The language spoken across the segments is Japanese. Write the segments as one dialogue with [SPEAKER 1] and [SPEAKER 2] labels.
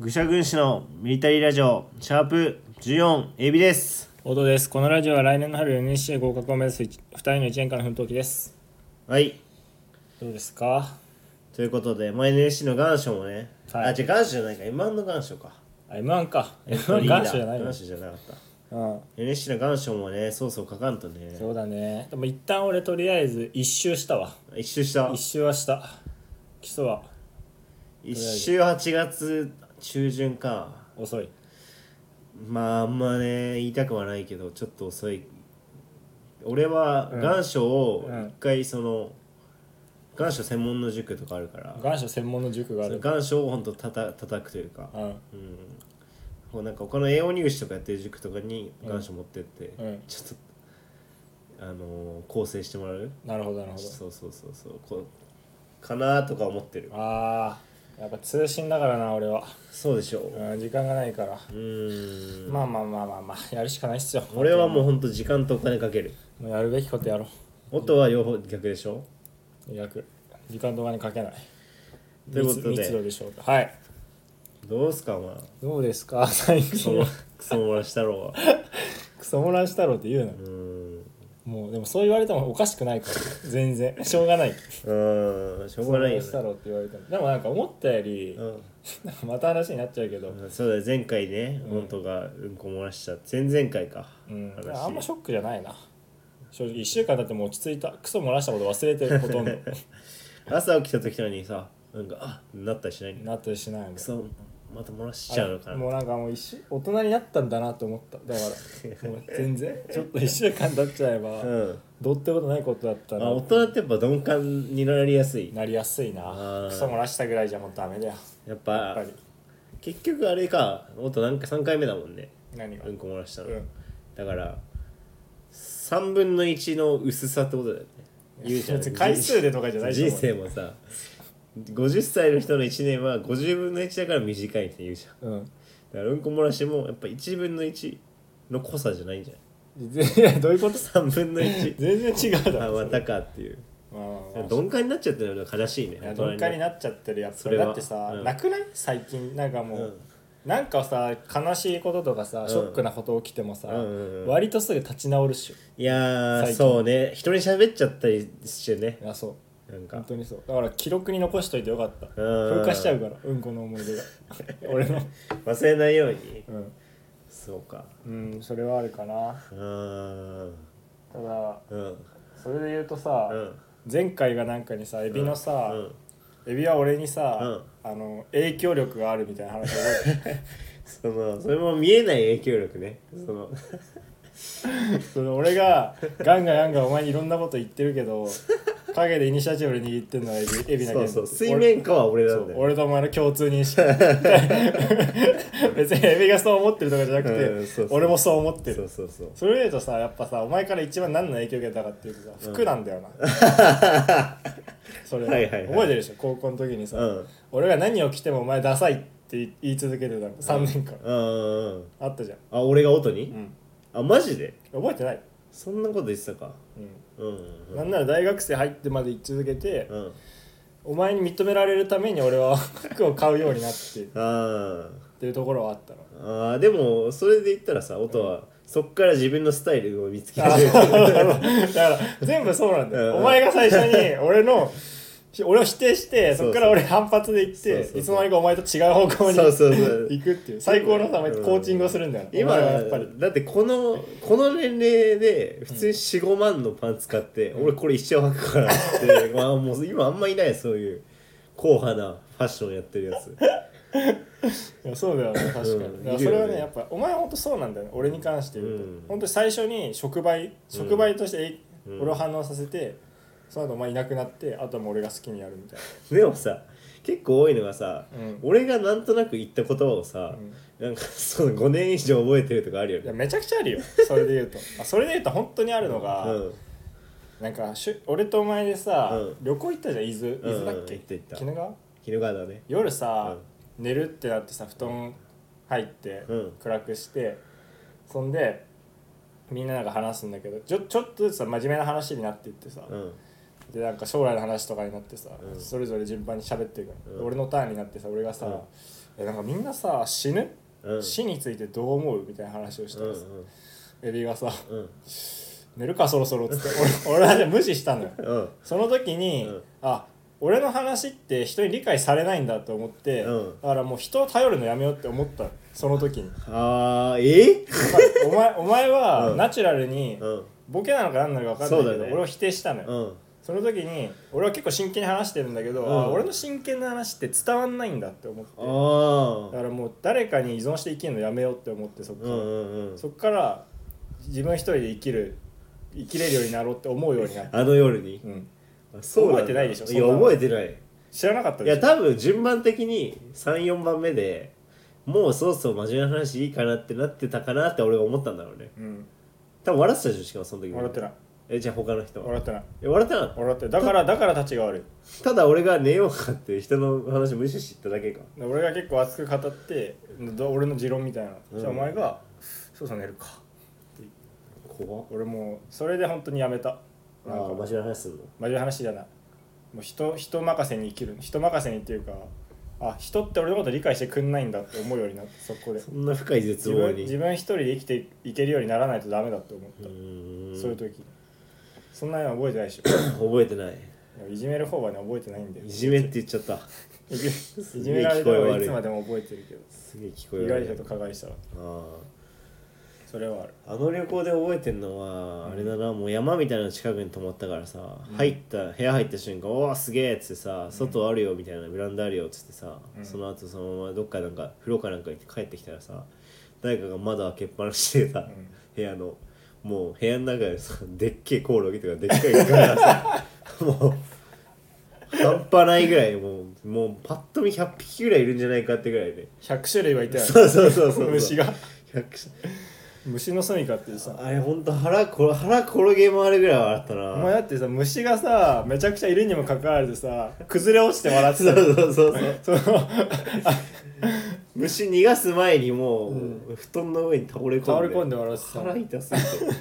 [SPEAKER 1] 愚者軍師のミリタリーラジオシャープ14エビです
[SPEAKER 2] 報道ですこのラジオは来年の春 NSC 合格を目指す2人の1年間の奮闘記です
[SPEAKER 1] はい
[SPEAKER 2] どうですか
[SPEAKER 1] ということで、まあ、NSC の願書もね、
[SPEAKER 2] はい
[SPEAKER 1] あじゃあ願書じゃないか M1 の願書か
[SPEAKER 2] あ M1 か M1
[SPEAKER 1] リーダー
[SPEAKER 2] 願書じゃないの
[SPEAKER 1] 願書じゃなかった
[SPEAKER 2] うん
[SPEAKER 1] NSC の願書もねそうそう書かんとね
[SPEAKER 2] そうだねでも一旦俺とりあえず一周したわ
[SPEAKER 1] 一周した
[SPEAKER 2] 一周はした基礎は
[SPEAKER 1] 一周8月中旬か
[SPEAKER 2] 遅い
[SPEAKER 1] まああんまね言いたくはないけどちょっと遅い俺は願書を
[SPEAKER 2] うん
[SPEAKER 1] 一回その、願書専門の塾とかあるから
[SPEAKER 2] 願書専門の塾がある
[SPEAKER 1] 願書をほんとたた叩くというか、
[SPEAKER 2] うん
[SPEAKER 1] うん、こうなんか他の栄養入試とかやってる塾とかに願書持ってって、
[SPEAKER 2] うん
[SPEAKER 1] ちょっとあのー構成してもらう
[SPEAKER 2] なるほどなるほど
[SPEAKER 1] そうそうそうそうこうかなとか思ってる
[SPEAKER 2] あーやっぱ通信だからな俺は、
[SPEAKER 1] そうでしょう
[SPEAKER 2] うん、時間がないから、
[SPEAKER 1] うーん
[SPEAKER 2] まあまあまあまあまあやるしかないっすよ
[SPEAKER 1] 俺はもうほんと時間とお金かける
[SPEAKER 2] もうやるべきことやろ
[SPEAKER 1] 音は両方逆でしょ
[SPEAKER 2] う約時間とかにかけない
[SPEAKER 1] ということで
[SPEAKER 2] 密密度でしょうかはい
[SPEAKER 1] どうすかまあ
[SPEAKER 2] どうですか 最
[SPEAKER 1] クソ
[SPEAKER 2] 近
[SPEAKER 1] もクソもらしたろうは
[SPEAKER 2] クソモランしたろうって言う
[SPEAKER 1] う
[SPEAKER 2] の
[SPEAKER 1] ーん
[SPEAKER 2] もうでもそう言われてもおかしくないから全 然しょうがないし
[SPEAKER 1] うーんしょうがないよね
[SPEAKER 2] したろうって言われてもでもなんか思ったより
[SPEAKER 1] う、ん
[SPEAKER 2] なんかまた話になっちゃうけど、
[SPEAKER 1] うんそうだよ前回ね、
[SPEAKER 2] ん
[SPEAKER 1] 音がうんこ漏らしちゃ前々回か、
[SPEAKER 2] うん、
[SPEAKER 1] 話
[SPEAKER 2] あんまショックじゃないな正直1週間経ってもう落ち着いたクソ漏らしたこと忘れてるほと んど
[SPEAKER 1] 朝起きた時とかにさなんかあなったりしない
[SPEAKER 2] なったりしないもん
[SPEAKER 1] クソまた漏らしちゃうのかな
[SPEAKER 2] もうなんかもう一週大人になったんだなと思っただからもう全然 ちょっと1週間経っちゃえば、
[SPEAKER 1] うん
[SPEAKER 2] どうってことないことだった
[SPEAKER 1] あ
[SPEAKER 2] ら
[SPEAKER 1] 大人ってやっぱ鈍感になりやすい
[SPEAKER 2] なりやすい
[SPEAKER 1] あー
[SPEAKER 2] なクソ漏らしたぐらいじゃもうダメだよ
[SPEAKER 1] やっ
[SPEAKER 2] やっ
[SPEAKER 1] ぱ
[SPEAKER 2] ぱり
[SPEAKER 1] 結局あれか音なんか3回目だもんね
[SPEAKER 2] 何が
[SPEAKER 1] うんこ漏らしたの、
[SPEAKER 2] うん
[SPEAKER 1] だから3分の1の薄さってことだよね言うじゃん
[SPEAKER 2] 別に 回数でとかじゃないと思
[SPEAKER 1] 人
[SPEAKER 2] う
[SPEAKER 1] 生もさ50歳の人の1年は50分の1だから短いって言うじゃん
[SPEAKER 2] うん
[SPEAKER 1] だからうんこ漏らしてもやっぱ1分の1の濃さじゃないんじゃない
[SPEAKER 2] いやどういうこと
[SPEAKER 1] 3分の1
[SPEAKER 2] 全然違うだ
[SPEAKER 1] あ
[SPEAKER 2] ろ
[SPEAKER 1] またかっていう
[SPEAKER 2] まあまあまあ
[SPEAKER 1] 鈍感になっちゃってるのが悲しいね
[SPEAKER 2] いや鈍化になっちゃってるや
[SPEAKER 1] そ
[SPEAKER 2] つ
[SPEAKER 1] れは
[SPEAKER 2] だってさ、
[SPEAKER 1] うん
[SPEAKER 2] なくない最近なんかもう、
[SPEAKER 1] うん
[SPEAKER 2] なんかさ悲しいこととかさ、
[SPEAKER 1] ん
[SPEAKER 2] ショックなこと起きてもさ、
[SPEAKER 1] うんうんうん
[SPEAKER 2] 割とすぐ立ち直るっし
[SPEAKER 1] いやー
[SPEAKER 2] 最近
[SPEAKER 1] そうね人に喋っちゃったりしてね
[SPEAKER 2] ょいやそう
[SPEAKER 1] なん
[SPEAKER 2] 本
[SPEAKER 1] か
[SPEAKER 2] 当にそうだから記録に残しといてよかった
[SPEAKER 1] うん
[SPEAKER 2] 風化しちゃうからうんこの思い出が 俺の
[SPEAKER 1] 忘れないように
[SPEAKER 2] うん、
[SPEAKER 1] そうか
[SPEAKER 2] うん、それはあるかな
[SPEAKER 1] うーん
[SPEAKER 2] ただ
[SPEAKER 1] うん
[SPEAKER 2] それで言うとさ、
[SPEAKER 1] うん
[SPEAKER 2] 前回がなんかにさエビのさ、
[SPEAKER 1] うん
[SPEAKER 2] エビは俺にさ、あの影響力があるみたいな 話を
[SPEAKER 1] そのそれも見えない影響力ねその
[SPEAKER 2] その俺がガンガンガンガンお前にいろんなこと言ってるけど陰でイニシアチブ握ってんのはエビエビだけ
[SPEAKER 1] そう
[SPEAKER 2] ど
[SPEAKER 1] そう水面下は俺
[SPEAKER 2] 俺
[SPEAKER 1] な
[SPEAKER 2] そ
[SPEAKER 1] んだ
[SPEAKER 2] う
[SPEAKER 1] よ
[SPEAKER 2] 俺とお前の共通認識 別にエビがそう思ってるとかじゃなくて、
[SPEAKER 1] うんそうそう
[SPEAKER 2] 俺もそう思って
[SPEAKER 1] そ
[SPEAKER 2] るそう
[SPEAKER 1] そうそう
[SPEAKER 2] れで言うとさやっぱさお前から一番何の影響を受けたかっていうとさ服なんだ よな、それ、
[SPEAKER 1] はいはいはい
[SPEAKER 2] 覚えてるでしょ高校の時にさ、
[SPEAKER 1] うん
[SPEAKER 2] 俺が何を着てもお前ダサいって言い続けてたの3年間、
[SPEAKER 1] うんうん
[SPEAKER 2] あったじゃん、
[SPEAKER 1] あ俺が音に、
[SPEAKER 2] うん、
[SPEAKER 1] あマジで
[SPEAKER 2] 覚えてない、
[SPEAKER 1] そんなこと言ってたか
[SPEAKER 2] うん
[SPEAKER 1] うんうんうん
[SPEAKER 2] なんなら大学生入ってまで行き続けて、
[SPEAKER 1] うん
[SPEAKER 2] お前に認められるために俺は 服を買うようになってっ
[SPEAKER 1] あー
[SPEAKER 2] ていうところはあったの。
[SPEAKER 1] あーでもそれで言ったらさ音は、そっから自分のスタイルを見つけ
[SPEAKER 2] あ
[SPEAKER 1] 始め
[SPEAKER 2] だ
[SPEAKER 1] た
[SPEAKER 2] から全部そうなんだ
[SPEAKER 1] うん
[SPEAKER 2] よ。
[SPEAKER 1] うん
[SPEAKER 2] お前が最初 に俺のひ俺を否定し
[SPEAKER 1] そう
[SPEAKER 2] てそ
[SPEAKER 1] そう
[SPEAKER 2] こから俺反発で行っ
[SPEAKER 1] そうそう
[SPEAKER 2] て
[SPEAKER 1] そう
[SPEAKER 2] いつの間にかお前と違う方向に
[SPEAKER 1] そうそうそう
[SPEAKER 2] 行くっていう最高のさコ
[SPEAKER 1] うん
[SPEAKER 2] ーチングをするんだよ。
[SPEAKER 1] 今
[SPEAKER 2] お前は
[SPEAKER 1] や
[SPEAKER 2] やっぱり
[SPEAKER 1] だってこのこの年齢で普通に45、万のパン使って、俺これ一生履くからって まあもう今あんまいないそういう硬派なファッションやってるやつ
[SPEAKER 2] いやそうだ よね確かに、
[SPEAKER 1] うん
[SPEAKER 2] だからそれは
[SPEAKER 1] い
[SPEAKER 2] ね
[SPEAKER 1] るよね
[SPEAKER 2] やっぱお前は本当そうなんだよね俺に関して言うと、
[SPEAKER 1] うん
[SPEAKER 2] 本当に最初に触媒触媒として、
[SPEAKER 1] うん
[SPEAKER 2] 俺を反応させてその後お前いなくなってあとはもう俺が好きにやるみたい
[SPEAKER 1] でもさ結構多いのがさ、
[SPEAKER 2] うん
[SPEAKER 1] 俺がなんとなく言った言葉をさ
[SPEAKER 2] な、、うん
[SPEAKER 1] なんかその5年以上覚えてるとかあるよ
[SPEAKER 2] いや
[SPEAKER 1] ね
[SPEAKER 2] めちゃくちゃあるよそれで言うと あそれで言うと本当にあるのが、
[SPEAKER 1] うん
[SPEAKER 2] なんかしゅ俺とお前でさ、
[SPEAKER 1] うん
[SPEAKER 2] 旅行行ったじゃん伊豆伊豆だっ
[SPEAKER 1] うんうん
[SPEAKER 2] け、
[SPEAKER 1] 行った行った
[SPEAKER 2] 鬼怒川
[SPEAKER 1] 昼川だね
[SPEAKER 2] 夜さ、寝るってなってさ布団入って、
[SPEAKER 1] うん
[SPEAKER 2] 暗くしてそんでみんななんか話すんだけどちょちょっとずつさ真面目な話になっていってさ、
[SPEAKER 1] うん
[SPEAKER 2] でなんか将来の話とかになってさ、
[SPEAKER 1] うん
[SPEAKER 2] それぞれ順番に喋っていくの、
[SPEAKER 1] うん
[SPEAKER 2] 俺のターンになってさ俺がさ、
[SPEAKER 1] うん
[SPEAKER 2] えなんかみんなさ死ぬ、
[SPEAKER 1] うん
[SPEAKER 2] 死についてどう思うみたいな話をして
[SPEAKER 1] うん
[SPEAKER 2] ま
[SPEAKER 1] う
[SPEAKER 2] す、
[SPEAKER 1] ん
[SPEAKER 2] エビがさ
[SPEAKER 1] うん
[SPEAKER 2] 「寝るかそろそろ」っつって俺俺はね無視したのよ
[SPEAKER 1] うん
[SPEAKER 2] その時に、
[SPEAKER 1] うん
[SPEAKER 2] あ俺の話って人に理解されないんだと思って、
[SPEAKER 1] うん
[SPEAKER 2] だからもう人を頼るのやめようって思ったのそ の時に
[SPEAKER 1] あーえ
[SPEAKER 2] お前お前は
[SPEAKER 1] うん
[SPEAKER 2] ナチュラルに
[SPEAKER 1] うん
[SPEAKER 2] ボケなのか何なのか分かんない
[SPEAKER 1] そう
[SPEAKER 2] けど、
[SPEAKER 1] だね
[SPEAKER 2] 俺を否定したのよ、
[SPEAKER 1] うん
[SPEAKER 2] その時に俺は結構真剣に話してるんだけど、
[SPEAKER 1] うん
[SPEAKER 2] あ俺の真剣な話って伝わんないんだって思って
[SPEAKER 1] あ
[SPEAKER 2] だ
[SPEAKER 1] あ
[SPEAKER 2] からもう誰かに依存して生きるのやめようって思ってそっか
[SPEAKER 1] う
[SPEAKER 2] ら、
[SPEAKER 1] んうんうん
[SPEAKER 2] そっから自分一人で生きる生きれるようになろうって思うようになった、
[SPEAKER 1] あの夜に
[SPEAKER 2] うん、
[SPEAKER 1] あそうなんだ
[SPEAKER 2] 覚えてないでしょそん
[SPEAKER 1] い
[SPEAKER 2] な
[SPEAKER 1] や
[SPEAKER 2] の
[SPEAKER 1] 覚えてない
[SPEAKER 2] 知らなかった
[SPEAKER 1] い
[SPEAKER 2] でし
[SPEAKER 1] や
[SPEAKER 2] ょ
[SPEAKER 1] 多分順番的に34番目でもうそろそろ真面目な話いいかなってなってたかなって俺が思ったんだろうね
[SPEAKER 2] うん、
[SPEAKER 1] 多分笑ってたでしょしかもその時
[SPEAKER 2] 笑ってない
[SPEAKER 1] えじゃあ他の人は
[SPEAKER 2] 笑ってない
[SPEAKER 1] え笑ってなかった
[SPEAKER 2] 笑ってだからだから立ちが悪い
[SPEAKER 1] ただ俺が寝ようかって人の話無視してただけか
[SPEAKER 2] 俺が結構熱く語ってど俺の持論みたいな、そしたらお前が「そうそう寝るか
[SPEAKER 1] 怖っ」
[SPEAKER 2] 俺もうそれで本当にやめた
[SPEAKER 1] あ
[SPEAKER 2] なん
[SPEAKER 1] あ
[SPEAKER 2] か
[SPEAKER 1] 真面目な話すんの
[SPEAKER 2] 真面目な話じゃないもう人人任せに生きる人任せにっていうかあ人って俺のこと理解してくんないんだって思うようになってそこで
[SPEAKER 1] そんな深い絶
[SPEAKER 2] 自
[SPEAKER 1] 望
[SPEAKER 2] 分
[SPEAKER 1] に
[SPEAKER 2] 自分一人で生きていけるようにならないとダメだって思った、
[SPEAKER 1] うーん
[SPEAKER 2] そういう時そんなの覚えてないでしょ
[SPEAKER 1] 覚えてない
[SPEAKER 2] でもいじめる方はね覚えてないんだよ
[SPEAKER 1] いじめって言っちゃった
[SPEAKER 2] いじめいじ
[SPEAKER 1] げえ
[SPEAKER 2] められ
[SPEAKER 1] 聞
[SPEAKER 2] た
[SPEAKER 1] こえ
[SPEAKER 2] 方
[SPEAKER 1] 悪い
[SPEAKER 2] はいつまでも覚えてるけど
[SPEAKER 1] すげえ聞こ
[SPEAKER 2] 被
[SPEAKER 1] え悪い
[SPEAKER 2] 害者と加害者は
[SPEAKER 1] あ
[SPEAKER 2] それはある
[SPEAKER 1] ああの旅行で覚えてんのはあれだな、もう山みたいな近くに泊まったからさ、入った部屋入った瞬間「おおすげえ!」っつってさ「外あるよ」みたいな「ベランダあるよ」っつってさ、
[SPEAKER 2] うん
[SPEAKER 1] その後そのままどっかなんか風呂かなんか行って帰ってきたらさ誰かが窓開けっぱなしでさ、
[SPEAKER 2] ん
[SPEAKER 1] 部屋のもう部屋の中でさでっけえコオロギとかでっかいガがさもう半端ないぐらいもうもうパッと見100匹ぐらいいるんじゃないかってぐらいで、
[SPEAKER 2] 100種類はいたよね
[SPEAKER 1] そうそうそうそう
[SPEAKER 2] 虫が
[SPEAKER 1] 100
[SPEAKER 2] 虫の住みかっていうさ
[SPEAKER 1] あれほんと腹こ腹転げ回るぐらい笑ったな
[SPEAKER 2] お前だってさ虫がさめちゃくちゃいるにもかかわらずさ崩れ落ちて笑って
[SPEAKER 1] そ
[SPEAKER 2] たよ
[SPEAKER 1] うそうそうそう
[SPEAKER 2] その
[SPEAKER 1] 虫逃がす前にもう、布団の上に倒れ込んで
[SPEAKER 2] 倒れ込んで笑ってた
[SPEAKER 1] 腹痛すぎて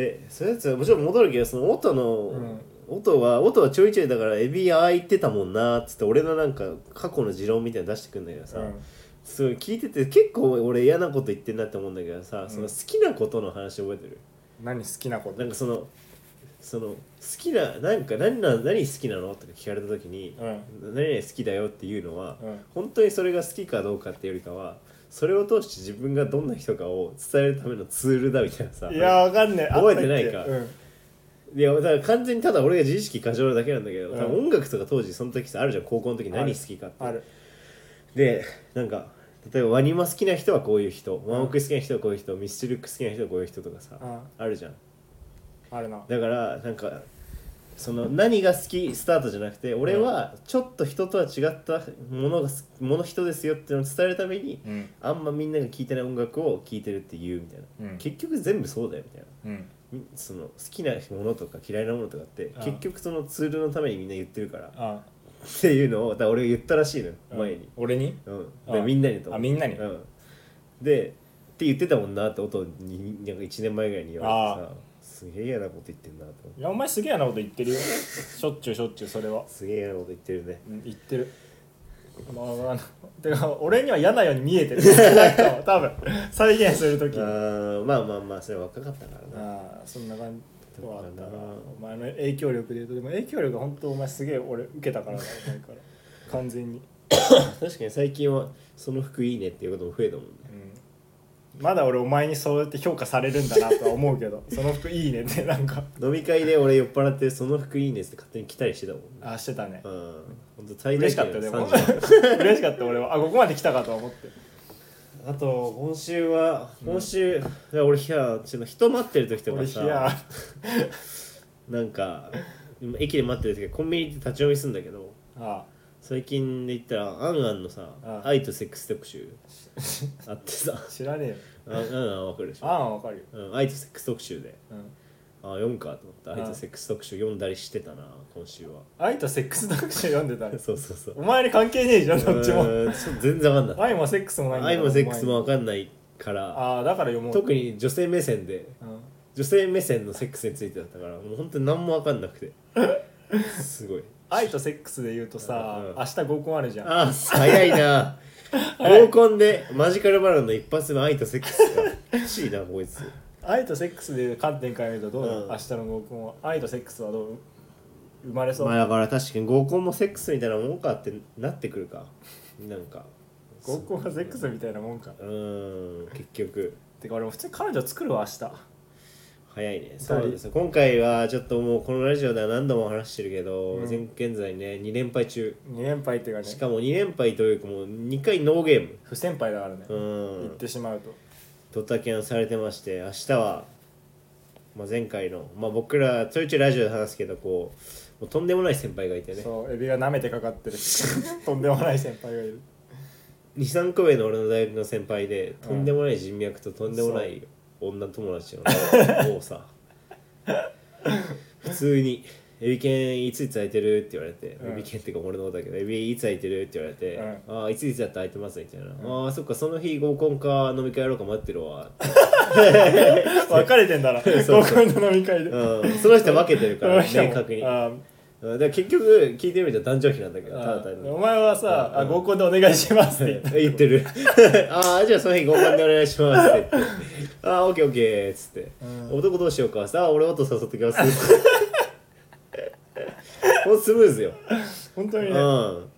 [SPEAKER 1] でそれやつはもちろん戻るけどその音の、
[SPEAKER 2] ん
[SPEAKER 1] 音は音はちょいちょいだからエビああ言ってたもんなっつって俺のなんか過去の持論みたいなの出してくんだけどさ、
[SPEAKER 2] うん
[SPEAKER 1] そう聞いてて結構俺嫌なこと言ってんなって思うんだけどさ、その
[SPEAKER 2] うん
[SPEAKER 1] 好きなことの話覚えてる
[SPEAKER 2] 何好きなこと
[SPEAKER 1] なんかそのその好きななんか何な何好きなのとか聞かれた時に、
[SPEAKER 2] う
[SPEAKER 1] 何々好きだよっていうのは、
[SPEAKER 2] うん
[SPEAKER 1] 本当にそれが好きかどうかっていうよりかはそれを通して自分がどんな人かを伝えるためのツールだみたいなさ
[SPEAKER 2] いやわかんねえ
[SPEAKER 1] 覚えてないか
[SPEAKER 2] あったっけうん
[SPEAKER 1] いやだから完全にただ俺が自意識過剰なだけなんだけど、
[SPEAKER 2] うん
[SPEAKER 1] 多分音楽とか当時その時さあるじゃん高校の時何好きかって
[SPEAKER 2] ある
[SPEAKER 1] でなんか例えばワニマ好きな人はこういう人ワンオク好きな人はこういう人ミスチル好きな人はこういう人とかさ、
[SPEAKER 2] うん
[SPEAKER 1] あるじゃん
[SPEAKER 2] あるな
[SPEAKER 1] だからなんかその何が好きスタートじゃなくて俺はちょっと人とは違ったものがすもの人ですよっていうのを伝えるために
[SPEAKER 2] うん
[SPEAKER 1] あんまみんなが聴いてない音楽を聴いてるって言うみたいな、
[SPEAKER 2] うん
[SPEAKER 1] 結局全部そうだよみたいな
[SPEAKER 2] うん
[SPEAKER 1] みその好きなものとか嫌いなものとかって
[SPEAKER 2] ああ
[SPEAKER 1] 結局そのツールのためにみんな言ってるからっ
[SPEAKER 2] あ
[SPEAKER 1] ていうのをだから俺が言ったらしいのよ
[SPEAKER 2] うん
[SPEAKER 1] 前に、
[SPEAKER 2] 俺に
[SPEAKER 1] うん
[SPEAKER 2] ああ
[SPEAKER 1] でみんなにと
[SPEAKER 2] あみんなに
[SPEAKER 1] うん、でって言ってたもんなって音になんか1年前ぐらいに言われてさすげえ嫌なこと言ってんなと思って
[SPEAKER 2] いやお前すげえなこと言ってるよしょっちゅうしょっちゅうそれは、
[SPEAKER 1] すげえ嫌なこと言ってるね
[SPEAKER 2] うん、言ってるまああのてか俺には嫌なように見えてる なんか多分再現する時
[SPEAKER 1] あーまあまあまあそれ若かったからな
[SPEAKER 2] ああそんな感じとはあったな
[SPEAKER 1] だからな
[SPEAKER 2] お前の影響力で言うとでも影響力が本当お前すげえ俺受けたからだ お前から完全に、
[SPEAKER 1] 確かに最近はその服いいねっていうことも増えたもんね
[SPEAKER 2] うん、まだ俺お前にそうやって評価されるんだなとは思うけど その服いいねってなんか
[SPEAKER 1] 飲み会で俺酔っ払ってその服いいねって勝手に着たりしてたもんね
[SPEAKER 2] あしてたね
[SPEAKER 1] うん本当最
[SPEAKER 2] 嬉
[SPEAKER 1] 大級
[SPEAKER 2] しかっ
[SPEAKER 1] の
[SPEAKER 2] たよでも
[SPEAKER 1] 30
[SPEAKER 2] 嬉しかった俺はあここまで来たかと思って
[SPEAKER 1] あと今週は今週、いや俺いやちょっと人待ってる時とか
[SPEAKER 2] 俺いや
[SPEAKER 1] さなんか駅で待ってる時コンビニで立ち読みするんだけど
[SPEAKER 2] あ
[SPEAKER 1] 最近で言ったらアンアンのさ「
[SPEAKER 2] ああ
[SPEAKER 1] 愛とセックス特集」あって さ
[SPEAKER 2] あ知らねえよ
[SPEAKER 1] あアンアンわかるでしょ
[SPEAKER 2] ああわかるよ、
[SPEAKER 1] 「うん、愛とセックス特集で」
[SPEAKER 2] うん、
[SPEAKER 1] あ読むかと思って「
[SPEAKER 2] ああ
[SPEAKER 1] 愛とセックス特集」読んだりしてたな今週 は
[SPEAKER 2] 愛とセックス特集読んでたの
[SPEAKER 1] そうそうそう
[SPEAKER 2] お前に関係ねえじゃんどっちも
[SPEAKER 1] うーんちょっと全然わかんない
[SPEAKER 2] 愛もセックスもないんだ
[SPEAKER 1] 愛もセックスもわ
[SPEAKER 2] ん
[SPEAKER 1] かんないから
[SPEAKER 2] ああだから読もう
[SPEAKER 1] 特に女性目線で
[SPEAKER 2] うん
[SPEAKER 1] 女性目線のセックスについてだったからもう本当に何も分かんなく てすごい
[SPEAKER 2] 愛とセックスで言うとさ、
[SPEAKER 1] うん
[SPEAKER 2] 明日合コンあるじゃん
[SPEAKER 1] ああ早いな合コンでマジカルバナナの一発目愛とセックスが欲しいなこいつ
[SPEAKER 2] 愛とセックスで観点から見るとどうなの、
[SPEAKER 1] うん
[SPEAKER 2] 明日の合コンは愛とセックスはどう生まれそう、
[SPEAKER 1] まあだから確かに合コンもセックスみたいなもんかってなってくるかなんか
[SPEAKER 2] 合コンはセックスみたいなもんか
[SPEAKER 1] うーん結局
[SPEAKER 2] てか俺も普通に彼女作るわ明日
[SPEAKER 1] 早いねそうですよ今回はちょっともうこのラジオでは何度も話してるけど、
[SPEAKER 2] うん
[SPEAKER 1] 全現在ね2連敗中
[SPEAKER 2] 2連敗っていうか
[SPEAKER 1] し
[SPEAKER 2] ね
[SPEAKER 1] かも2連敗というかもう2回ノーゲーム
[SPEAKER 2] 不先輩だからね、
[SPEAKER 1] う
[SPEAKER 2] 言っ
[SPEAKER 1] ん
[SPEAKER 2] てしまうと
[SPEAKER 1] ドタキャンされてまして明日は、まあ、前回の、まあ、僕らちょいちょいラジオで話すけどこうもうとんでもない先輩がいてね
[SPEAKER 2] そうエビが舐めてか かってるとんでもない先輩がいる
[SPEAKER 1] 23個上の俺の大学の先輩でとんでもない人脈ととんでもない女友達の 多さ普通に「エビ券いついつ空いてる?」って言われて「
[SPEAKER 2] うん
[SPEAKER 1] エビ券っていうか俺のことだけどエビいつ空いてる?」って言われて「ああいついつだったら空いてます」みたいな「ああそっかその日合コンか飲み会やろうか待ってるわ」
[SPEAKER 2] 別れてんだな
[SPEAKER 1] そう
[SPEAKER 2] 合コンの飲み会で、
[SPEAKER 1] うん、その人は分けてるから
[SPEAKER 2] その人も
[SPEAKER 1] 明確に。
[SPEAKER 2] あー
[SPEAKER 1] うんだから結局聞いてみると誕生日なんだけどただ
[SPEAKER 2] あ
[SPEAKER 1] 単に
[SPEAKER 2] ーお前はさ、あ合コンでお願いします って言った
[SPEAKER 1] 言ってる ああじゃあその日合コンでお願いしますって言ってああオッケーオッケーっつって、
[SPEAKER 2] うん
[SPEAKER 1] 男どうしようかさあ俺音誘ってきます もうスムーズよ、
[SPEAKER 2] 本当
[SPEAKER 1] う
[SPEAKER 2] にね、
[SPEAKER 1] ん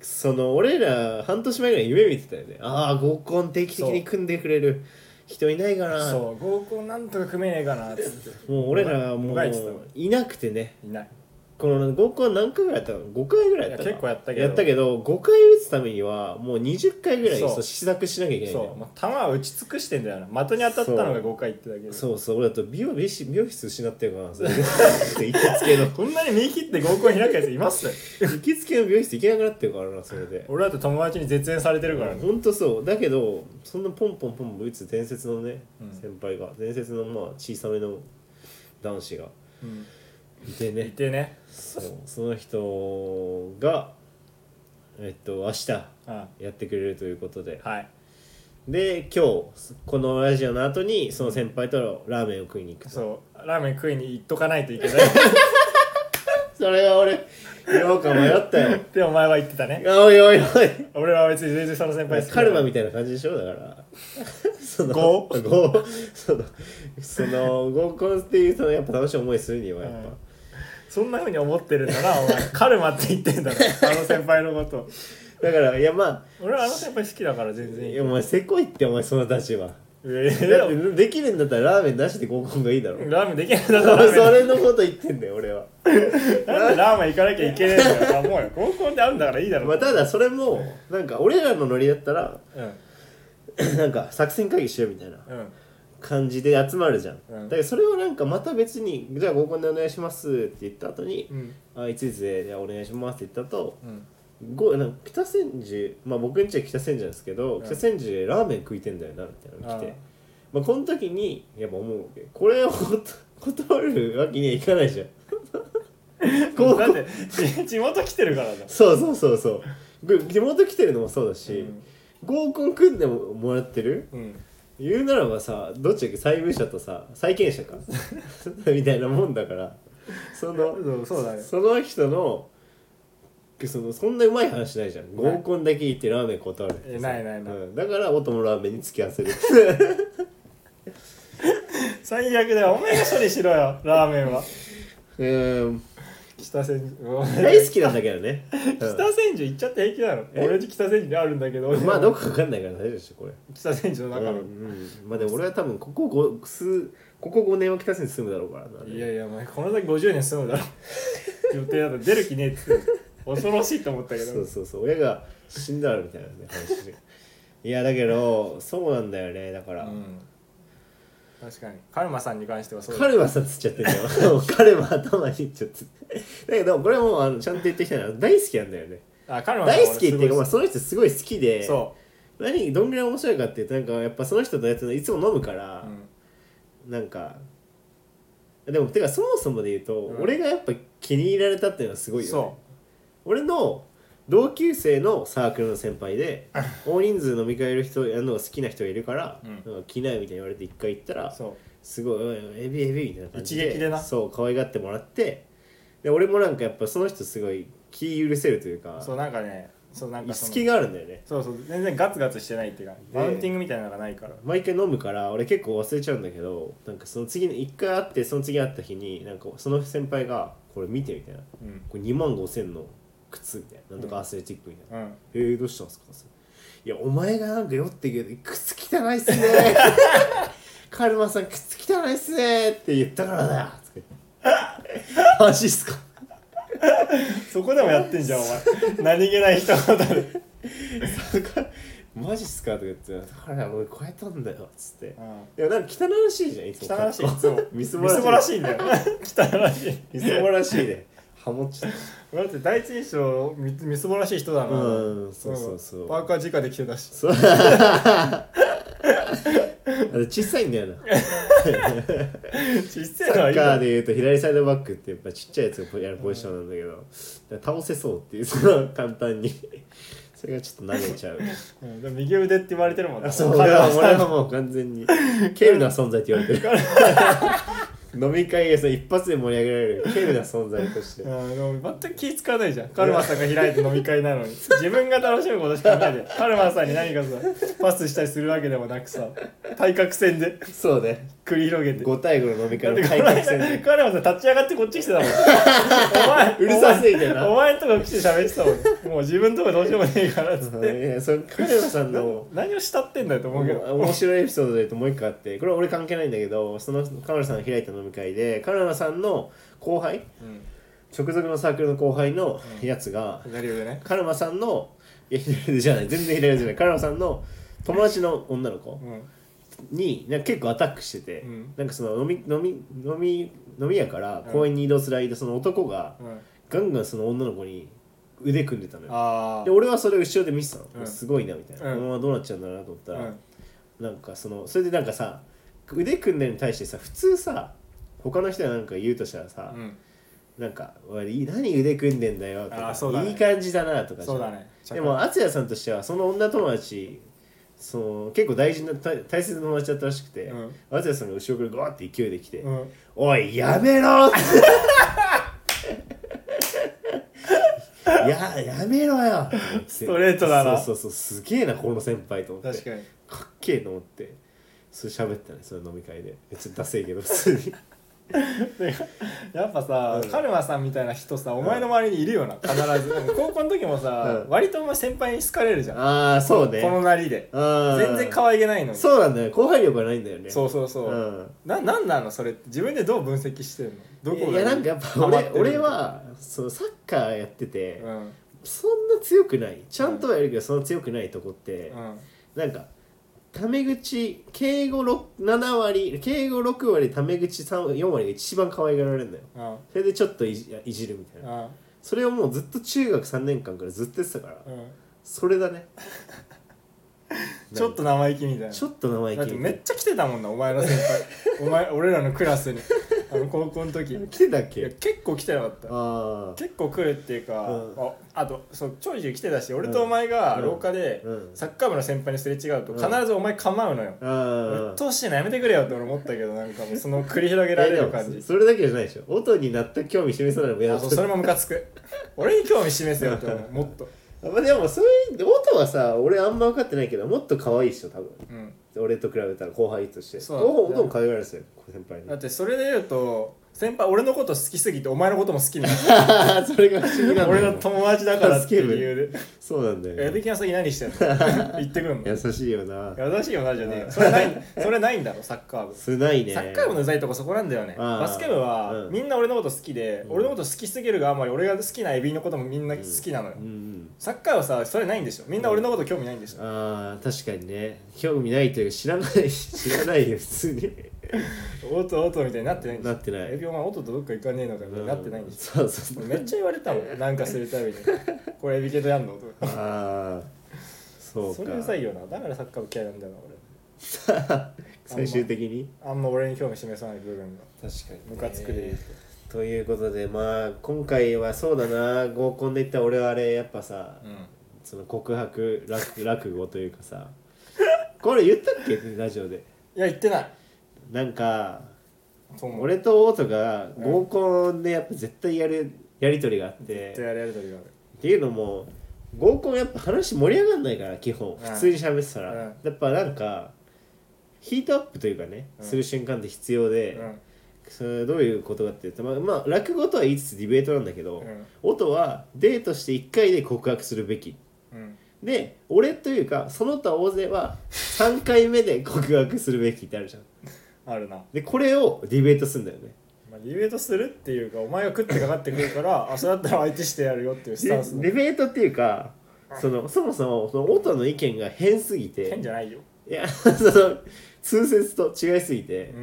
[SPEAKER 1] その俺ら半年前ぐらい夢見てたよねああ合コン定期的に組んでくれる人いないかな
[SPEAKER 2] そう合コンなんとか組めねえかなっつって
[SPEAKER 1] もう俺らも
[SPEAKER 2] もがいてたの
[SPEAKER 1] ういなくてね
[SPEAKER 2] いない
[SPEAKER 1] この合コン何回ぐらいやったの5回ぐらいやったか
[SPEAKER 2] いや結構やったけど
[SPEAKER 1] やったけど5回打つためにはもう20回ぐらい
[SPEAKER 2] そう
[SPEAKER 1] そう試作しなきゃいけないん
[SPEAKER 2] そ
[SPEAKER 1] だ
[SPEAKER 2] う
[SPEAKER 1] よ
[SPEAKER 2] もう弾は打ち尽くしてんだよな的に当たったのが5回ってだけで
[SPEAKER 1] そうそう俺だと美容美容室美容室失ってるからそれ行きつけの
[SPEAKER 2] こんなに見切って合コン開くやついます
[SPEAKER 1] 行きつけの美容室行けなくなってるからなそれで
[SPEAKER 2] 俺だって友達に絶縁されてるからね、
[SPEAKER 1] ほんとそうだけどそんなポンポンポンポン打つ伝説のね、
[SPEAKER 2] うん
[SPEAKER 1] 先輩が伝説のまあ小さめの男子が
[SPEAKER 2] うん
[SPEAKER 1] いて
[SPEAKER 2] い
[SPEAKER 1] ね
[SPEAKER 2] てね
[SPEAKER 1] そうその人がえっと明日
[SPEAKER 2] あ
[SPEAKER 1] やってくれるということで
[SPEAKER 2] はい
[SPEAKER 1] で今日このラジオの後にその先輩とラーメンを食いに行くと
[SPEAKER 2] そうラーメン食いに行っとかないといけない
[SPEAKER 1] それは俺言おうか迷ったよ
[SPEAKER 2] でお前は言ってたね
[SPEAKER 1] おいおいおい
[SPEAKER 2] 俺は別に全然その先輩好きだ
[SPEAKER 1] カルマ
[SPEAKER 2] み
[SPEAKER 1] みたいな感じでしょだから その
[SPEAKER 2] 合
[SPEAKER 1] 合そのその合コンっていうそのやっぱ楽しい思いするにはやっぱ、
[SPEAKER 2] うんそんなふうに思ってるんだなお前カルマって言ってん だろあの先輩のこと
[SPEAKER 1] だからいやま
[SPEAKER 2] 俺はあの先輩好きだから全
[SPEAKER 1] あ
[SPEAKER 2] 然い
[SPEAKER 1] い
[SPEAKER 2] い
[SPEAKER 1] やお前せこいってお前その立場
[SPEAKER 2] え
[SPEAKER 1] だってできるんだったらラーメンなしで合コンがいいだろ
[SPEAKER 2] ラーメンできないんだったらラーメン
[SPEAKER 1] それのこと言ってんだよ俺は
[SPEAKER 2] なんでラーメン行かなきゃいけねえんだよ。もうよ、合コンで会うんだからいいだろ。
[SPEAKER 1] まあただそれもなんか俺らのノリだったら
[SPEAKER 2] うん。
[SPEAKER 1] なんか作戦会議しようみたいな
[SPEAKER 2] うん。
[SPEAKER 1] 感じで集まるじゃん、
[SPEAKER 2] うん
[SPEAKER 1] だけどそれをなんかまた別にじゃあ合コンでお願いしますって言った後に、
[SPEAKER 2] うん。
[SPEAKER 1] あいついつでじゃあお願いしますって言った後
[SPEAKER 2] うん。
[SPEAKER 1] ごなんか北千住まあ僕んちは北千住なんですけど、
[SPEAKER 2] うん
[SPEAKER 1] 北千住でラーメン食いてんだよなみたいなの来て
[SPEAKER 2] ああ
[SPEAKER 1] まあこの時にやっぱ思うわけこれをこと断 るわけにはいかないじゃん高校
[SPEAKER 2] だって、地元来てるからだ。
[SPEAKER 1] そうそうそうそうぐ地元来てるのもそうだし、
[SPEAKER 2] うん
[SPEAKER 1] 合コン組んでももらってる
[SPEAKER 2] うん。
[SPEAKER 1] 言うならばさどっちだっけ債務者とさ債権 者かみたいなもんだからその
[SPEAKER 2] そうそうだね
[SPEAKER 1] その人のそのそんなうまい話ないじゃん合コンだけ行ってラーメン断るってさ
[SPEAKER 2] ないないない
[SPEAKER 1] うんだから音もラーメンに付き合わせる
[SPEAKER 2] 最悪だよ。お前が処理しろよ、ラーメンは。
[SPEAKER 1] うん
[SPEAKER 2] 北千住。
[SPEAKER 1] 大好きなんだけどね、
[SPEAKER 2] 北千住行っちゃって平気なの。
[SPEAKER 1] え
[SPEAKER 2] 俺ち 北千住にあるんだけど
[SPEAKER 1] う。んまあどこかわかんないから大丈夫でしょこれ
[SPEAKER 2] 北千住の中
[SPEAKER 1] うん
[SPEAKER 2] の。
[SPEAKER 1] うんまあでも俺は多分ここ五数ここ5年は北千住住むだろうからない
[SPEAKER 2] やいや、お前、この先50年住むだろ。予定だと出る気ねえって言ってた。恐ろしいと思ったけ
[SPEAKER 1] そう
[SPEAKER 2] ど。
[SPEAKER 1] そうそう親が死んだらみたいなね話でいやだけどそうなんだよねだから、
[SPEAKER 2] うん。確かに。カルマさんに関してはそうだ。
[SPEAKER 1] 彼はさつっちゃってるよ 彼は頭にいっちゃってだけどこれはもうあのちゃんと言ってきたのは大好きなんだよね
[SPEAKER 2] あ、カルマさん
[SPEAKER 1] 大
[SPEAKER 2] は俺
[SPEAKER 1] 好きっていうか、まあ、
[SPEAKER 2] す
[SPEAKER 1] その人すごい好き
[SPEAKER 2] ごい
[SPEAKER 1] で
[SPEAKER 2] そう。
[SPEAKER 1] 何どんぐらい面白いかっていうとなんかやっぱその人のやついつも飲むから、なんかでもてかそもそもで言うと、
[SPEAKER 2] うん
[SPEAKER 1] 俺がやっぱ気に入られたっていうのはすごいよ、ね、
[SPEAKER 2] そ
[SPEAKER 1] 俺の同級生のサークルの先輩 で大人数飲み会やる人やるのが好きな人がいるから
[SPEAKER 2] うん
[SPEAKER 1] 「うん、来ない」みたいに言われて一回行った
[SPEAKER 2] う
[SPEAKER 1] ら
[SPEAKER 2] そ
[SPEAKER 1] すごいうん「エビエビ」みたいな感じで
[SPEAKER 2] 一撃でな
[SPEAKER 1] そう可愛がってもらってで俺もなんかやっぱその人すごい気許せるというか
[SPEAKER 2] うそうなんかねそうなんかその
[SPEAKER 1] 隙があるんだよね
[SPEAKER 2] そうそう全然ガツガツしてないっていうかマウンティングみたいなのがないから
[SPEAKER 1] 毎回飲むから俺結構忘れちゃうんだけどなんかその次の1回会ってその次会った日になんかその先輩が「これ見て」みたいな「
[SPEAKER 2] うん
[SPEAKER 1] これ2万5千の靴」みたいな「なんとかアスレチック」みたいな「
[SPEAKER 2] うん
[SPEAKER 1] えー、どうしたんですか?」いやお前がなんか酔ってるけど靴汚いっ すね」「カルマさん靴汚いっすね」って言ったからだよ」とか言ってマジっすか
[SPEAKER 2] そこでもやってんじゃんお前 何気ない人言で
[SPEAKER 1] マジっすか?」とか言って「だから俺超えたんだよ」っつって
[SPEAKER 2] うん
[SPEAKER 1] いやなんか汚らしいじゃんいつも
[SPEAKER 2] 汚らしいいつも
[SPEAKER 1] みすぼ
[SPEAKER 2] み
[SPEAKER 1] らしい
[SPEAKER 2] すぼらしい んだよ汚らしい
[SPEAKER 1] みすぼらしいねハモっちゃった
[SPEAKER 2] だって第一印象みみすぼらしい人だな
[SPEAKER 1] うんそうそうそうん
[SPEAKER 2] パーカー直で着てた し
[SPEAKER 1] そうあと小さいんだよな
[SPEAKER 2] 小さい
[SPEAKER 1] サ
[SPEAKER 2] のは
[SPEAKER 1] ッ
[SPEAKER 2] いい
[SPEAKER 1] カ
[SPEAKER 2] よ
[SPEAKER 1] ーでいうと左サイドバックってやっぱちっちゃいやつがやるポジションなんだけど、だから倒せそうっていうその簡単に それがちょっと投げちゃう
[SPEAKER 2] うんでも右腕って言われてるもんな
[SPEAKER 1] そう
[SPEAKER 2] カ
[SPEAKER 1] 俺
[SPEAKER 2] ルマ
[SPEAKER 1] は
[SPEAKER 2] さん
[SPEAKER 1] 俺はもう完全に軽ルな存在って言われて る飲み会でその一発で盛り上げられる軽ルな存在として
[SPEAKER 2] うん、でも全く気使わないじゃんカルマさんが開いて飲み会な のに自分が楽しむことしかないでカルマさんに何かさパスしたりするわけでもなくさ対角線で
[SPEAKER 1] そうね
[SPEAKER 2] 繰り広げて
[SPEAKER 1] 5対5の飲み
[SPEAKER 2] だ
[SPEAKER 1] 会
[SPEAKER 2] って
[SPEAKER 1] の
[SPEAKER 2] カ
[SPEAKER 1] 対角
[SPEAKER 2] ルマさん
[SPEAKER 1] 線で
[SPEAKER 2] カルマさん立ち上がってこっち来てたもんお前
[SPEAKER 1] うるさすぎてな
[SPEAKER 2] お前んとこ来て喋ってたもんもう自分とこどうしようもねえからっつっ
[SPEAKER 1] い
[SPEAKER 2] て
[SPEAKER 1] やいやそれ彼らさんの
[SPEAKER 2] 何をしたってんだよと思うけど
[SPEAKER 1] 面白いエピソードで言うともう一個あってこれは俺関係ないんだけどそのカメラさんが開いた飲み会でカメラさんの後輩
[SPEAKER 2] うん
[SPEAKER 1] 直属のサークルの後輩のやつが、
[SPEAKER 2] 左腕ね
[SPEAKER 1] カルマさんのいや 左腕じゃない全然左腕じゃないカルマさんの友達の女の子
[SPEAKER 2] うん
[SPEAKER 1] になんか結構アタックしてて、
[SPEAKER 2] うん
[SPEAKER 1] なんかその飲み飲み飲み飲み屋から公園に移動する間その男が
[SPEAKER 2] うん
[SPEAKER 1] ガンガンその女の子に腕組んでたのよ
[SPEAKER 2] あ
[SPEAKER 1] で俺はそれを後ろで見てたの、
[SPEAKER 2] うん
[SPEAKER 1] すごいなみたいな、
[SPEAKER 2] うん
[SPEAKER 1] このままどうなっちゃうんだろうなと思った
[SPEAKER 2] あ
[SPEAKER 1] ら、なんかそのそれでなんかさ腕組んでるに対してさ普通さ他の人がなんか言うとしたらさ、
[SPEAKER 2] うん
[SPEAKER 1] なんか「おい何腕組んでんだよ」と
[SPEAKER 2] あ
[SPEAKER 1] か
[SPEAKER 2] ーそうだね
[SPEAKER 1] いい感じだな」とかじゃん
[SPEAKER 2] そうだね
[SPEAKER 1] でも敦也さんとしてはその女友達その結構大事な大大切な友達だったらしくて
[SPEAKER 2] うん
[SPEAKER 1] 敦也、さんが後ろからゴーって勢いで来て「
[SPEAKER 2] うん
[SPEAKER 1] おいやめろ!」ってややめろよって思って
[SPEAKER 2] ストレートだな
[SPEAKER 1] そうそうそうすげえなこの先輩と思って
[SPEAKER 2] 確かに
[SPEAKER 1] かっけえと思ってそれ喋ったねその飲み会でめっちゃダセえけど普通に
[SPEAKER 2] やっぱさ、
[SPEAKER 1] うん
[SPEAKER 2] カルマさんみたいな人さお前の周りにいるよな必ずなんか高校の時もさ、
[SPEAKER 1] うん
[SPEAKER 2] 割とお前先輩に好かれるじゃん
[SPEAKER 1] ああそうね
[SPEAKER 2] このなりで
[SPEAKER 1] あー
[SPEAKER 2] 全然可愛げないのに
[SPEAKER 1] そうなんだよ後輩力がないんだよね
[SPEAKER 2] そううそうそう、
[SPEAKER 1] ん
[SPEAKER 2] ななんなのそれって自分でどう分析してるのどこ
[SPEAKER 1] い
[SPEAKER 2] が
[SPEAKER 1] やなんかやっぱ
[SPEAKER 2] ハマて
[SPEAKER 1] 俺
[SPEAKER 2] るの
[SPEAKER 1] 俺、はそうサッカーやってて、
[SPEAKER 2] うん
[SPEAKER 1] そんな強くないちゃんとはやるけどそんな強くないとこって、
[SPEAKER 2] うん、
[SPEAKER 1] なんかタメ口敬語ろ7割敬語6割タメ口3 4割が一番可愛がられるんだよ
[SPEAKER 2] うん
[SPEAKER 1] それでちょっといじいじるみたいな
[SPEAKER 2] うん
[SPEAKER 1] それをもうずっと中学3年間からずっとやってたから、
[SPEAKER 2] うん
[SPEAKER 1] それだね
[SPEAKER 2] ちょっと生意気みたいな
[SPEAKER 1] ちょっと生意
[SPEAKER 2] だっ
[SPEAKER 1] 気
[SPEAKER 2] て
[SPEAKER 1] み
[SPEAKER 2] め
[SPEAKER 1] たい
[SPEAKER 2] っちゃ来てたもんなお前の先輩お前俺らのクラスにあの高校 の時
[SPEAKER 1] な来てたっ
[SPEAKER 2] いや
[SPEAKER 1] け
[SPEAKER 2] 結構来てなかった
[SPEAKER 1] ああ
[SPEAKER 2] 結構来るっていうか、
[SPEAKER 1] うん
[SPEAKER 2] ああとそう長寿来てたし俺とお前が
[SPEAKER 1] うん
[SPEAKER 2] 廊下で
[SPEAKER 1] うん
[SPEAKER 2] サッカー部の先輩にすれ違うと
[SPEAKER 1] うん
[SPEAKER 2] 必ずお前構うのよ、う
[SPEAKER 1] あ
[SPEAKER 2] っ
[SPEAKER 1] あ
[SPEAKER 2] とうしいなやめてくれよって俺思ったけどなんかもうその繰り広げられる感じ
[SPEAKER 1] えでもそれだけじゃないでしょ音になった興味示さないのも嫌
[SPEAKER 2] あ
[SPEAKER 1] だ
[SPEAKER 2] そうそれもムカつく俺に興味示せよって思うもっと、
[SPEAKER 1] まあでもそういう音はさ俺あんま分かってないけどもっと可愛いっしょ多分
[SPEAKER 2] うん、
[SPEAKER 1] 俺と比べたら後輩として
[SPEAKER 2] そう
[SPEAKER 1] お音も可愛がらせる先輩に
[SPEAKER 2] だってそれで言うと先輩俺のこと好きすぎてお前のことも好きになっ
[SPEAKER 1] それが不思議なんだ
[SPEAKER 2] た
[SPEAKER 1] よ
[SPEAKER 2] 俺の友達だからっていう理由で
[SPEAKER 1] そうなんだ
[SPEAKER 2] 「え
[SPEAKER 1] よ、
[SPEAKER 2] できなさぎ何してんの? 」言ってくるの
[SPEAKER 1] 優しいよな
[SPEAKER 2] 優しいよなじゃねえよそれないそれないんだろサッカー部
[SPEAKER 1] それないね
[SPEAKER 2] サッカー部のうざいとこそこなんだよね
[SPEAKER 1] あー
[SPEAKER 2] バスケ部は
[SPEAKER 1] うん
[SPEAKER 2] みんな俺のこと好きで、
[SPEAKER 1] うん
[SPEAKER 2] 俺のこと好きすぎるがあまり俺が好きなエビのこともみんな好きなのよ、
[SPEAKER 1] うんうん
[SPEAKER 2] サッカーはさそれないんでしょみんな俺のこと興味ないんでしょ、
[SPEAKER 1] あー確かにね興味ないというか知らない 知らないよ普通に
[SPEAKER 2] オートオートみたいになってないんでしょ
[SPEAKER 1] なってない
[SPEAKER 2] エビお前オートとどっか行かねえのかみたいになってないんでし
[SPEAKER 1] そうそうそ
[SPEAKER 2] ょ、
[SPEAKER 1] う
[SPEAKER 2] めっちゃ言われたもんなんかするた びに「これエビ系とやんの?」とか
[SPEAKER 1] ああそう
[SPEAKER 2] そ
[SPEAKER 1] か
[SPEAKER 2] れうざいよなだからサッカー部嫌いなんだよな
[SPEAKER 1] 最終的に
[SPEAKER 2] 俺あんま俺に興味示さない部分が
[SPEAKER 1] 確かに
[SPEAKER 2] ムカつくで言うと、
[SPEAKER 1] ということでまあ今回はそうだな合コンで言ったら俺はあれやっぱさ、
[SPEAKER 2] うん
[SPEAKER 1] その告白落落語というかさこれ言ったっけラジオで
[SPEAKER 2] いや言ってない
[SPEAKER 1] なんか
[SPEAKER 2] そう思う
[SPEAKER 1] 俺とオートが合コンでやっぱ絶対やるやり取りがあって
[SPEAKER 2] 絶対あれやる時がある
[SPEAKER 1] っていうのも合コンやっぱ話盛り上がんないから基本普通に喋ってたら、
[SPEAKER 2] うん
[SPEAKER 1] やっぱなんかヒートアップというかね、
[SPEAKER 2] うん
[SPEAKER 1] する瞬間って必要で、
[SPEAKER 2] うん
[SPEAKER 1] それどういうことかっていうとまあ、まあ、落語とは言いつつディベートなんだけど、
[SPEAKER 2] うん
[SPEAKER 1] 音はデートして1回で告白するべき
[SPEAKER 2] うん
[SPEAKER 1] で俺というかその他大勢は3回目で告白するべきってあるじゃん
[SPEAKER 2] あるな、ま
[SPEAKER 1] でこれをディベートするんだよね
[SPEAKER 2] あ、ディベートするっていうかお前が食ってかかってく るからあそれだったら相手してやるよっていうス
[SPEAKER 1] で
[SPEAKER 2] タンス
[SPEAKER 1] ディベートっていうかそのそもそもその音の意見が変すぎて
[SPEAKER 2] 変じゃないよ
[SPEAKER 1] いや その通説と違いすぎて、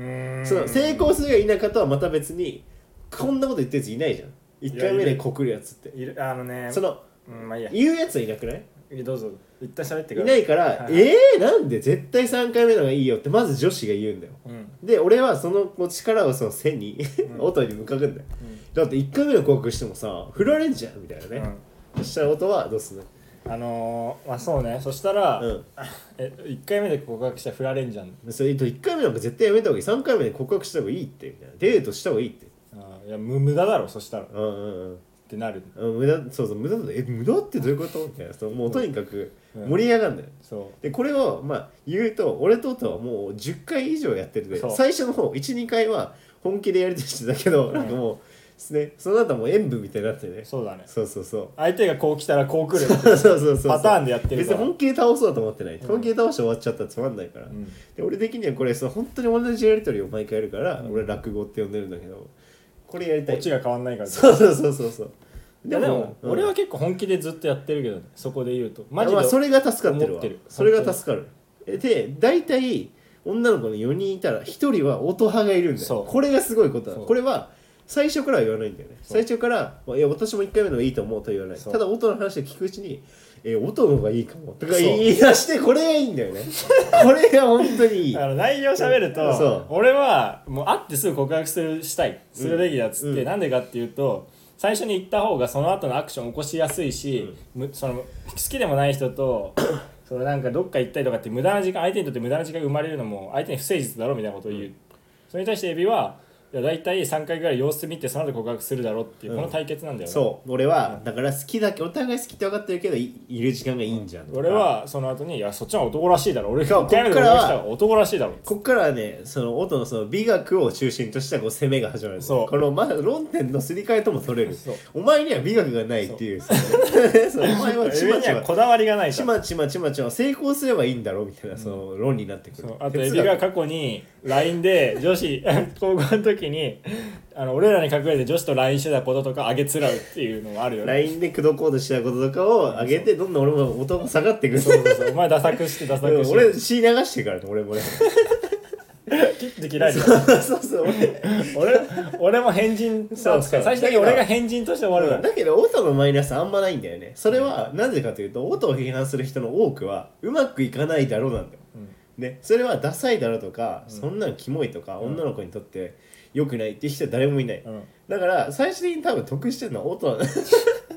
[SPEAKER 1] その成功するか否かとはまた別にこんなこと言ってるやついないじゃん1回目で告るやつって
[SPEAKER 2] いるあのね
[SPEAKER 1] その
[SPEAKER 2] うんまあいいや
[SPEAKER 1] 言うやつはいなくない
[SPEAKER 2] どうぞ一旦喋って
[SPEAKER 1] い
[SPEAKER 2] くだ
[SPEAKER 1] な
[SPEAKER 2] さい
[SPEAKER 1] いから、
[SPEAKER 2] はい
[SPEAKER 1] えー、なんで絶対3回目の方がいいよってまず女子が言うんだよ
[SPEAKER 2] うんうん
[SPEAKER 1] で俺はそのこう力をその背に
[SPEAKER 2] うん
[SPEAKER 1] 音に向かくんだよだって1回目の告白してもさ振られんじゃんみたいな
[SPEAKER 2] う
[SPEAKER 1] ね
[SPEAKER 2] ん、
[SPEAKER 1] そしたら音はどうすんの
[SPEAKER 2] あのー、まあそうねそしたら、
[SPEAKER 1] うん
[SPEAKER 2] え1回目で告白したら振られんじゃん
[SPEAKER 1] それと1回目なんか絶対やめた方がいい3回目で告白した方がいいってみたいなデートした方がいいって
[SPEAKER 2] あーいや無無駄だろそしたらっ
[SPEAKER 1] うんうんうん
[SPEAKER 2] てなる
[SPEAKER 1] うん無駄そうそう無駄だえ無駄ってどういうことみたいなそのもうとにかく
[SPEAKER 2] うん
[SPEAKER 1] 盛り上がるんだよ、
[SPEAKER 2] そ
[SPEAKER 1] でこれをまあ言うと俺ととはもう10回以上やってるで
[SPEAKER 2] そう
[SPEAKER 1] 最初の方12回は本気でやりとしてたけど、
[SPEAKER 2] ん
[SPEAKER 1] なんかもうですねその後はもう演舞みたいになってね
[SPEAKER 2] うそうだね
[SPEAKER 1] そうそうそう
[SPEAKER 2] 相手がこう来たらこう来る
[SPEAKER 1] そうそうそうそう
[SPEAKER 2] パターンでやってる
[SPEAKER 1] 別
[SPEAKER 2] か
[SPEAKER 1] に
[SPEAKER 2] ら
[SPEAKER 1] 本気で倒そうと思ってない、
[SPEAKER 2] ん
[SPEAKER 1] 本気で倒して終わっちゃったらつまんないから、
[SPEAKER 2] うん
[SPEAKER 1] で俺的にはこれその本当に同じやり取りを毎回やるから、
[SPEAKER 2] うん
[SPEAKER 1] 俺落語って呼んでるんだけどこれやりた
[SPEAKER 2] こっ
[SPEAKER 1] い
[SPEAKER 2] ちが変わんないから
[SPEAKER 1] そうそうそうそうそう
[SPEAKER 2] でも
[SPEAKER 1] うん
[SPEAKER 2] 俺は結構本気でずっとやってるけどねそこで言うとマジ
[SPEAKER 1] まあ、
[SPEAKER 2] で
[SPEAKER 1] それが助かってる
[SPEAKER 2] 思
[SPEAKER 1] わ
[SPEAKER 2] ってる
[SPEAKER 1] それが助かるえで大体女の子の4人いたら1人は音派がいるんだ
[SPEAKER 2] そ
[SPEAKER 1] よ
[SPEAKER 2] う
[SPEAKER 1] これがすごいことだ
[SPEAKER 2] そう
[SPEAKER 1] これは最初からは言わないんだよね
[SPEAKER 2] そう
[SPEAKER 1] 最初から「いや私も1回目の方がいいと思う」とは言わない
[SPEAKER 2] そう
[SPEAKER 1] ただ音の話を聞くうちに「え音の方がいいかも」とか
[SPEAKER 2] そう
[SPEAKER 1] 言い出してこれがいいんだ よねこれが本当にいい
[SPEAKER 2] あの内容喋る
[SPEAKER 1] うんそ
[SPEAKER 2] と
[SPEAKER 1] う
[SPEAKER 2] 俺はもう会ってすぐ告白するしたいするべきだっつって、
[SPEAKER 1] うん
[SPEAKER 2] なんでかっていうと最初に言った方がその後のアクション起こしやすいし、むその好きでもない人 とそのなんかどっか行ったりとかって無駄な時間相手にとって無駄な時間が生まれるのも相手に不誠実だろみたいなことを言う、
[SPEAKER 1] うん
[SPEAKER 2] それに対してエビはいや大体3回ぐらい様子見てその後告白するだろうっていう、この対決なんだよね
[SPEAKER 1] そう俺はだから好きだけお互い好きって分かってるけどいいる時間がいいんじゃんとか
[SPEAKER 2] 俺はその後に「いやそっちの方が男らしいだろ俺が
[SPEAKER 1] そう
[SPEAKER 2] 1回目で
[SPEAKER 1] こっ
[SPEAKER 2] 告
[SPEAKER 1] から
[SPEAKER 2] 白
[SPEAKER 1] は
[SPEAKER 2] したら男らしいだろ」
[SPEAKER 1] ここからはねその音のその美学を中心としたこう攻めが始まる
[SPEAKER 2] そう
[SPEAKER 1] このまだ論点のすり替えとも取れる
[SPEAKER 2] そう
[SPEAKER 1] お前には美学がないっていうその そうお前はち
[SPEAKER 2] エビ
[SPEAKER 1] ま
[SPEAKER 2] に
[SPEAKER 1] ち
[SPEAKER 2] は
[SPEAKER 1] ま
[SPEAKER 2] こだわりがないか
[SPEAKER 1] ち
[SPEAKER 2] ら
[SPEAKER 1] まちまちまちま成功すればいいんだろうみたいなその論になってく
[SPEAKER 2] そ
[SPEAKER 1] る
[SPEAKER 2] うあとエ
[SPEAKER 1] 哲
[SPEAKER 2] ビが
[SPEAKER 1] 学
[SPEAKER 2] 過去に LINE で女子 高校の時にあの俺らに隠れて女子と LINE してたこととかあげつらうっていうのもあるよね
[SPEAKER 1] LINE で口説こうとしたこととかを上げてどんどん俺も音が下がってくる
[SPEAKER 2] そうそうそうお前ダサくしてダサ
[SPEAKER 1] で
[SPEAKER 2] く
[SPEAKER 1] も
[SPEAKER 2] し て
[SPEAKER 1] 俺血流してるからね俺もね
[SPEAKER 2] 切って嫌いだ
[SPEAKER 1] そうそう俺
[SPEAKER 2] 俺俺も変人
[SPEAKER 1] そうそう
[SPEAKER 2] 最終的に俺が変人として終わるから
[SPEAKER 1] だけど音のマイナスあんまないんだよねそれはなぜかというと音を批判する人の多くはうまくいかないだろうなんだよ
[SPEAKER 2] うん
[SPEAKER 1] ね、それはダサいだろとか、そんなのキモいとか、
[SPEAKER 2] うん
[SPEAKER 1] 女の子にとって良くないっていう人は誰もいない、
[SPEAKER 2] うん
[SPEAKER 1] だから最終的に多分得してるのは音 なの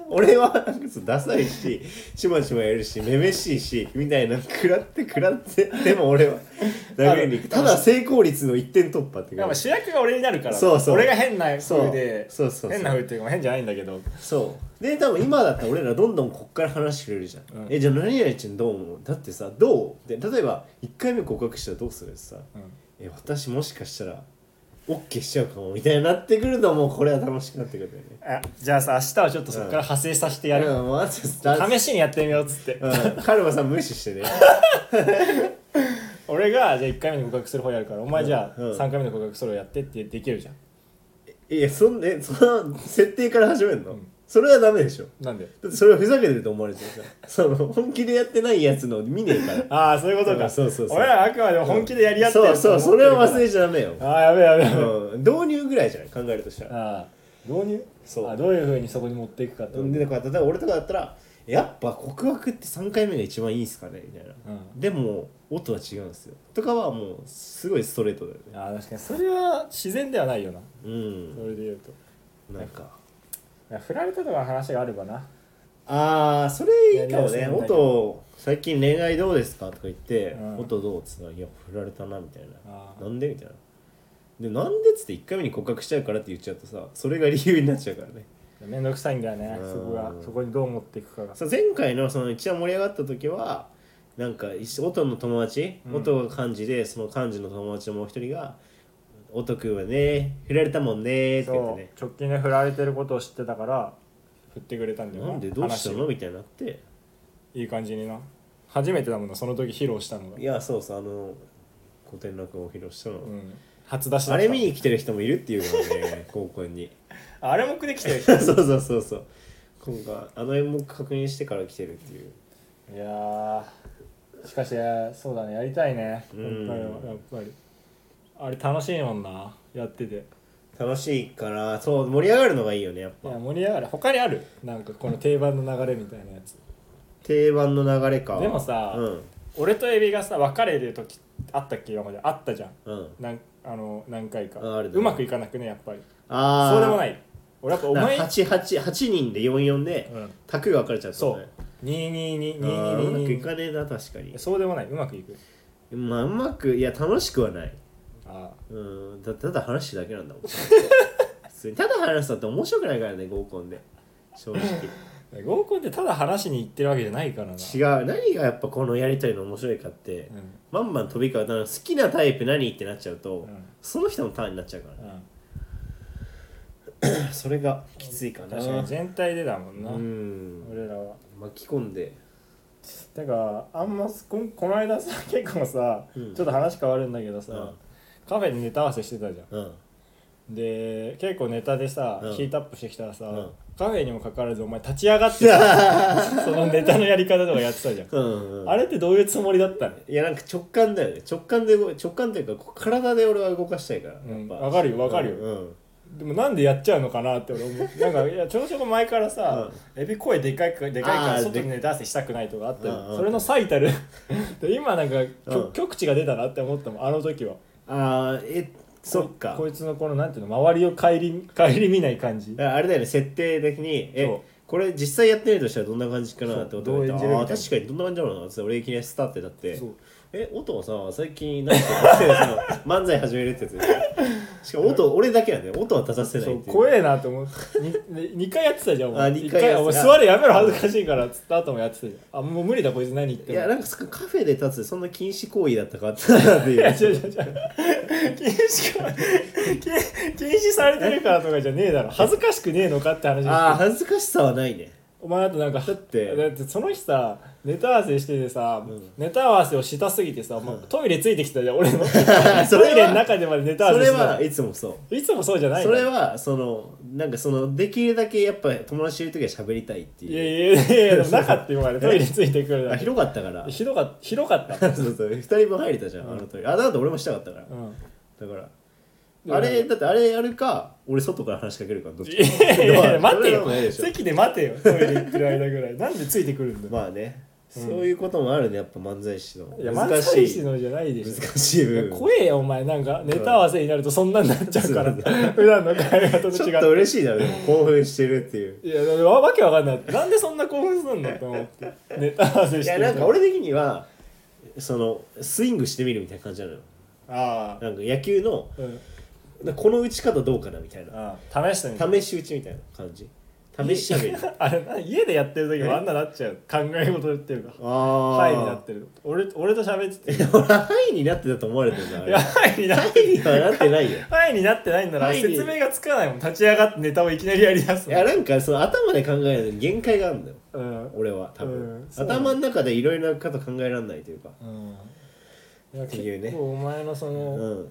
[SPEAKER 1] 俺はなんかそうダサいしちまちまやるしめめしいしみたいな食らって食らってでも俺は殴りに行くた
[SPEAKER 2] 多分
[SPEAKER 1] だ成功率の一点突破っていう
[SPEAKER 2] や
[SPEAKER 1] か
[SPEAKER 2] っぱ主役が俺になるから
[SPEAKER 1] そうそう
[SPEAKER 2] 俺が変な
[SPEAKER 1] そう
[SPEAKER 2] 風で
[SPEAKER 1] そうそうそう
[SPEAKER 2] 変な風っていうか変じゃないんだけど
[SPEAKER 1] そうで多分今だったら俺らどんどんこっから話してくれるじゃん「
[SPEAKER 2] うん
[SPEAKER 1] えじゃあ何々ちゃんどう思う?」だってさ「どう?」で例えば1回目告白したらどうするってさ
[SPEAKER 2] うん
[SPEAKER 1] え私もしかしたら OK しちゃうかもみたいになってくるともうこれは楽しくなってくるよね
[SPEAKER 2] あじゃあさ明日はちょっとそこから派生させてやる、
[SPEAKER 1] うんもうあとだ
[SPEAKER 2] 試しにやってみようっつって、
[SPEAKER 1] うんカルマさん無視 してね
[SPEAKER 2] 俺がじゃあ1回目に告白する方やるからお前じゃあ
[SPEAKER 1] うんうん
[SPEAKER 2] 3回目の告白それをやってってできるじゃん
[SPEAKER 1] いやそんでその設定から始めるの、
[SPEAKER 2] うん
[SPEAKER 1] それはダメでしょ
[SPEAKER 2] なんで
[SPEAKER 1] だってそれはふざけてると思われてるからその本気でやってないやつの見ねえから
[SPEAKER 2] ああそういうこと
[SPEAKER 1] う
[SPEAKER 2] か
[SPEAKER 1] んそうそうそう
[SPEAKER 2] 俺らあくまでも 本気でやり合って
[SPEAKER 1] そうそうそれは忘
[SPEAKER 2] て
[SPEAKER 1] れちゃダメよ、
[SPEAKER 2] ああやべえやべえやべえ
[SPEAKER 1] うん、導入ぐらいじゃない考えるとしたら
[SPEAKER 2] ああ導入
[SPEAKER 1] そう
[SPEAKER 2] あどういうふうにそこに持っていくかってこと
[SPEAKER 1] でだから例えば俺とかだったらやっぱ告白って3回目が一番いいんすかねみたいな、
[SPEAKER 2] うん
[SPEAKER 1] でも音は違うんですよとかはもうすごいストレートだよね
[SPEAKER 2] ああ確かにそれは自然ではないよな
[SPEAKER 1] うん
[SPEAKER 2] それで言うとい
[SPEAKER 1] なんか
[SPEAKER 2] や振られたとかの話があればな
[SPEAKER 1] ああそれいいかも
[SPEAKER 2] いや
[SPEAKER 1] ね
[SPEAKER 2] いやそんな
[SPEAKER 1] 音最近恋愛どうですかとか言って、
[SPEAKER 2] うん
[SPEAKER 1] 音どうっつったら「いや振られたな」みたい
[SPEAKER 2] あ
[SPEAKER 1] な「
[SPEAKER 2] ー
[SPEAKER 1] なんで?」みたいなでなんでっつって1回目に告白しちゃうからって言っちゃうとさそれが理由になっちゃうからね
[SPEAKER 2] めんどくさいんだよね
[SPEAKER 1] うん
[SPEAKER 2] そこがそこにどう持っていくかが
[SPEAKER 1] さ前回のその一番盛り上がった時はなんか一緒音の友達、
[SPEAKER 2] うん
[SPEAKER 1] 音が漢字でその漢字の友達のもう一人が「音くんはね振られたもんね」って
[SPEAKER 2] そ
[SPEAKER 1] 言っ
[SPEAKER 2] う
[SPEAKER 1] て
[SPEAKER 2] 直近で振られてることを知ってたから振ってくれたんだ
[SPEAKER 1] ね
[SPEAKER 2] よ
[SPEAKER 1] なんでどうした
[SPEAKER 2] 話を
[SPEAKER 1] のみたいになって
[SPEAKER 2] いい感じにな初めてだもんなその時披露したのが
[SPEAKER 1] いやそうそうあの古典落語を披露したの、
[SPEAKER 2] うん初出しだ
[SPEAKER 1] あ
[SPEAKER 2] った
[SPEAKER 1] れ見に来てる人もいるっていうから ね高校に
[SPEAKER 2] あれ目で来てる 人
[SPEAKER 1] そうそうそうそう今回あの演目確認してから来てるっていう
[SPEAKER 2] いやーしかしそうだねやりたいね
[SPEAKER 1] う
[SPEAKER 2] 今
[SPEAKER 1] ん
[SPEAKER 2] 回はやっぱりあれ楽しいもんなやってて
[SPEAKER 1] 楽しいからそう盛り上がるのがいいよねやっ
[SPEAKER 2] い
[SPEAKER 1] ぱ
[SPEAKER 2] や盛り上がる他にあるなんかこの定番の流れみたいなやつ
[SPEAKER 1] 定番の流れか
[SPEAKER 2] でもさ
[SPEAKER 1] うん
[SPEAKER 2] 俺とエビがさ別れる時あったっけ今まであったじゃん
[SPEAKER 1] うん
[SPEAKER 2] なんあの何回か
[SPEAKER 1] ああるね
[SPEAKER 2] うまくいかなくねやっぱり
[SPEAKER 1] ああ
[SPEAKER 2] そうでもないい俺やっぱお前
[SPEAKER 1] 八八八人で四四で
[SPEAKER 2] うん
[SPEAKER 1] 卓が分かれちゃった
[SPEAKER 2] そ
[SPEAKER 1] もんね
[SPEAKER 2] う
[SPEAKER 1] あー
[SPEAKER 2] 222222
[SPEAKER 1] うまくいかねえな確かに
[SPEAKER 2] そうでもないうまくいく
[SPEAKER 1] まあうまくいや楽しくはない
[SPEAKER 2] あ
[SPEAKER 1] うんだただ話してるだけなんだもん 普通にただ話すのって面白くないからね合コンで正直
[SPEAKER 2] あ合コンってただ話しに行ってるわけじゃないからな
[SPEAKER 1] 違う何がやっぱこのやり取りの面白いかって、
[SPEAKER 2] うん
[SPEAKER 1] まんまん飛び交うだから好きなタイプ何ってなっちゃうと、
[SPEAKER 2] ん
[SPEAKER 1] その人のターンになっちゃうから
[SPEAKER 2] う
[SPEAKER 1] ね、
[SPEAKER 2] ん
[SPEAKER 1] それがきついかな
[SPEAKER 2] 確かに全体でだもんな、
[SPEAKER 1] うん
[SPEAKER 2] 俺らは
[SPEAKER 1] 巻き込んで
[SPEAKER 2] てかあんまそこんこの間さ 結構さ、
[SPEAKER 1] うん
[SPEAKER 2] ちょっと話変わるんだけどさ、
[SPEAKER 1] うん
[SPEAKER 2] カフェでネタ合わせしてたじゃん
[SPEAKER 1] うん
[SPEAKER 2] で結構ネタでさ、
[SPEAKER 1] うん
[SPEAKER 2] ヒートアップしてきたらさ、
[SPEAKER 1] うん
[SPEAKER 2] カフェにもかかわらずお前立ち上がって さそのネタのやり方とかやってたじゃん、
[SPEAKER 1] うんうん
[SPEAKER 2] あれってどういうつもりだったの
[SPEAKER 1] いやなんか直感だよね直感で動い直感というかこう体で俺は動かしたいから、
[SPEAKER 2] うん
[SPEAKER 1] やっぱ
[SPEAKER 2] わかるよわかるよ
[SPEAKER 1] うんうん
[SPEAKER 2] でもなんでやっちゃうのかなって俺思うなんかいや朝食前からさ、エビ声でかいかでかいか
[SPEAKER 1] あ
[SPEAKER 2] ら
[SPEAKER 1] ー
[SPEAKER 2] 外にね出せしたくないとかあったよ、
[SPEAKER 1] うんうん
[SPEAKER 2] それの最たるで今なんか、きょ
[SPEAKER 1] うん
[SPEAKER 2] 極地が出たなって思ったもんあの時は
[SPEAKER 1] あーえそっか
[SPEAKER 2] こいこいつのこのなんていうの周りを顧り顧みない感じ
[SPEAKER 1] だからあれだよね設定的にえ
[SPEAKER 2] そう
[SPEAKER 1] これ実際やってみるとしたらどんな感じかなって
[SPEAKER 2] そう
[SPEAKER 1] ことで
[SPEAKER 2] どう演じるみたいな
[SPEAKER 1] あー確かにどんな感じなのかなって俺いきなりスターってだって
[SPEAKER 2] そう
[SPEAKER 1] え音はさ最近何かってその漫才始めるってやつで しかも音俺だけやね音は出させない
[SPEAKER 2] そ
[SPEAKER 1] っ
[SPEAKER 2] う
[SPEAKER 1] ていう
[SPEAKER 2] 怖えなと思って2回やってたじゃんお前
[SPEAKER 1] あ二回やってた
[SPEAKER 2] 一お前座れやめろ恥ずかしいからっつった後もやってたじゃんあもう無理だこいつ何言って
[SPEAKER 1] い
[SPEAKER 2] も
[SPEAKER 1] やなんかそっかカフェで立つそんな禁止行為だったかっていう
[SPEAKER 2] いや 違う違う違う禁止か禁禁止されてるからとかじゃねえだろ恥ずかしくねえのかって話
[SPEAKER 1] ああ
[SPEAKER 2] です
[SPEAKER 1] 恥ずかしさはないね
[SPEAKER 2] お前あとなんかだってだってその日さネタ合わせしててさ、
[SPEAKER 1] うん
[SPEAKER 2] ネタ合わせをしたすぎてさ、お前トイレついてきたじゃん俺の
[SPEAKER 1] それ
[SPEAKER 2] ト
[SPEAKER 1] は
[SPEAKER 2] イレの中でまでネタ合
[SPEAKER 1] そ
[SPEAKER 2] わ
[SPEAKER 1] れ
[SPEAKER 2] せしてた
[SPEAKER 1] はいつもそう
[SPEAKER 2] いつもそうじゃない
[SPEAKER 1] そ
[SPEAKER 2] の
[SPEAKER 1] れはそのなんかそのできるだけやっぱ友達いる時は喋りたいって
[SPEAKER 2] い
[SPEAKER 1] いう
[SPEAKER 2] やいやいやいやでもなかった今までトイレついてくる
[SPEAKER 1] あ
[SPEAKER 2] だけ
[SPEAKER 1] 広かったから
[SPEAKER 2] ひどかった広かった、
[SPEAKER 1] そうそう2人分入れたじゃん、あの時あだって俺もしたかったから、
[SPEAKER 2] うん
[SPEAKER 1] だから
[SPEAKER 2] や
[SPEAKER 1] あれだってあれやるか俺外から話しかけるかどっち
[SPEAKER 2] いやいやいや待て
[SPEAKER 1] それはも うええで
[SPEAKER 2] よ
[SPEAKER 1] しょ
[SPEAKER 2] 席で待てよトイレ行ってる間ぐらいなんでついてくるんだよ、
[SPEAKER 1] まあね、そういうこともあるねやっぱ漫才師の
[SPEAKER 2] いや
[SPEAKER 1] 難
[SPEAKER 2] 漫
[SPEAKER 1] し
[SPEAKER 2] 才
[SPEAKER 1] い
[SPEAKER 2] 師のじゃないでしょ
[SPEAKER 1] 難しい部分
[SPEAKER 2] 怖えよお前なんかネタ合わせになるとそんなんなっちゃうから
[SPEAKER 1] うん
[SPEAKER 2] 普段の会話と違って
[SPEAKER 1] ちょっと嬉しいだろでも興奮してるっていう
[SPEAKER 2] いやだからわわけわかんないなんでそんな興奮するのって思ってネタ合わせ
[SPEAKER 1] い
[SPEAKER 2] して
[SPEAKER 1] や
[SPEAKER 2] る
[SPEAKER 1] なんか俺的にはそのスイングしてみるみたいな感じなのよ
[SPEAKER 2] ああ
[SPEAKER 1] なんか野球の
[SPEAKER 2] うん
[SPEAKER 1] この打ち方どうかなみたいな
[SPEAKER 2] ああ試してみる
[SPEAKER 1] 試し打ちみたいな感じ試しゃべり
[SPEAKER 2] あれな家でやってる時もあんななっちゃう考え事っていうか
[SPEAKER 1] ああ
[SPEAKER 2] ハイになってる俺俺と喋ってて
[SPEAKER 1] 俺ハイになってたと思われてるんだあ
[SPEAKER 2] い
[SPEAKER 1] れ
[SPEAKER 2] や
[SPEAKER 1] ハ
[SPEAKER 2] ハイになって
[SPEAKER 1] イにはなってないよ
[SPEAKER 2] 範囲になってないんなら
[SPEAKER 1] 範囲に
[SPEAKER 2] 説明がつかないもん立ち上がってネタをいきなりやりだす
[SPEAKER 1] い
[SPEAKER 2] の
[SPEAKER 1] やなんかその頭で考えるのに限界があるんだよ
[SPEAKER 2] うん
[SPEAKER 1] 俺は多分、
[SPEAKER 2] うんそうだね
[SPEAKER 1] 頭の中でいろいろなこと考えられないというか
[SPEAKER 2] うんいや
[SPEAKER 1] ていうね
[SPEAKER 2] 結構お前のそ
[SPEAKER 1] うん
[SPEAKER 2] の、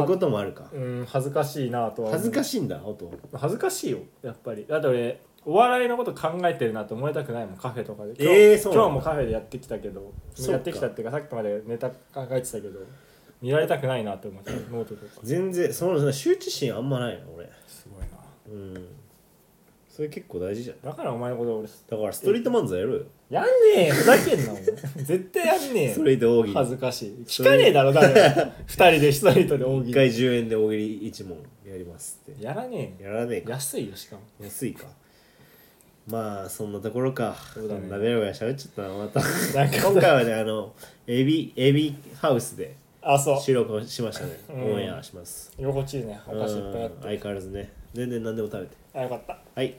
[SPEAKER 1] こういうこともあるか
[SPEAKER 2] うん、恥ずかしいなとは
[SPEAKER 1] 恥ずか
[SPEAKER 2] しい
[SPEAKER 1] しいんだ音
[SPEAKER 2] 恥ずかしいよやっぱりだって俺お笑いのこと考えてるなって思いたくないもんカフェとかで今日,、
[SPEAKER 1] えーそうなんだ
[SPEAKER 2] 今日もカフェでやってきたけど
[SPEAKER 1] そっか
[SPEAKER 2] やってきたっていうかさっきまでネタ考えてたけど見られたくないなっ て思ってノートとか
[SPEAKER 1] 全然その羞恥心あんまないの俺
[SPEAKER 2] すごいな
[SPEAKER 1] うんそれ結構大事じゃん
[SPEAKER 2] だからお前のこと俺
[SPEAKER 1] だからストリート漫才やろうよ
[SPEAKER 2] やんねえよふざけんな お前絶対やんねえよ
[SPEAKER 1] それで大喜
[SPEAKER 2] 恥
[SPEAKER 1] 利
[SPEAKER 2] ずかしい聞かねえだろ誰も二人で一人で大
[SPEAKER 1] 一
[SPEAKER 2] 喜利
[SPEAKER 1] 回10円で大喜利1問やりますって
[SPEAKER 2] やらねえよ
[SPEAKER 1] やらねえか
[SPEAKER 2] 安いよしかも
[SPEAKER 1] 安いかまあそんなところか
[SPEAKER 2] そうだね
[SPEAKER 1] なべろが喋っちゃったなまた
[SPEAKER 2] なんか
[SPEAKER 1] 今回はねあのエビエビハウスで
[SPEAKER 2] あそ
[SPEAKER 1] 収録をしましたね、
[SPEAKER 2] うん
[SPEAKER 1] オンエアします
[SPEAKER 2] うよこちいねお菓子いっぱいあって
[SPEAKER 1] うん相変わらずね全然何でも食べて
[SPEAKER 2] あよかった
[SPEAKER 1] はい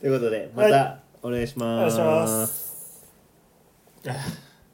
[SPEAKER 1] ということでまたお願いし
[SPEAKER 2] お
[SPEAKER 1] ま
[SPEAKER 2] 願い
[SPEAKER 1] す、
[SPEAKER 2] します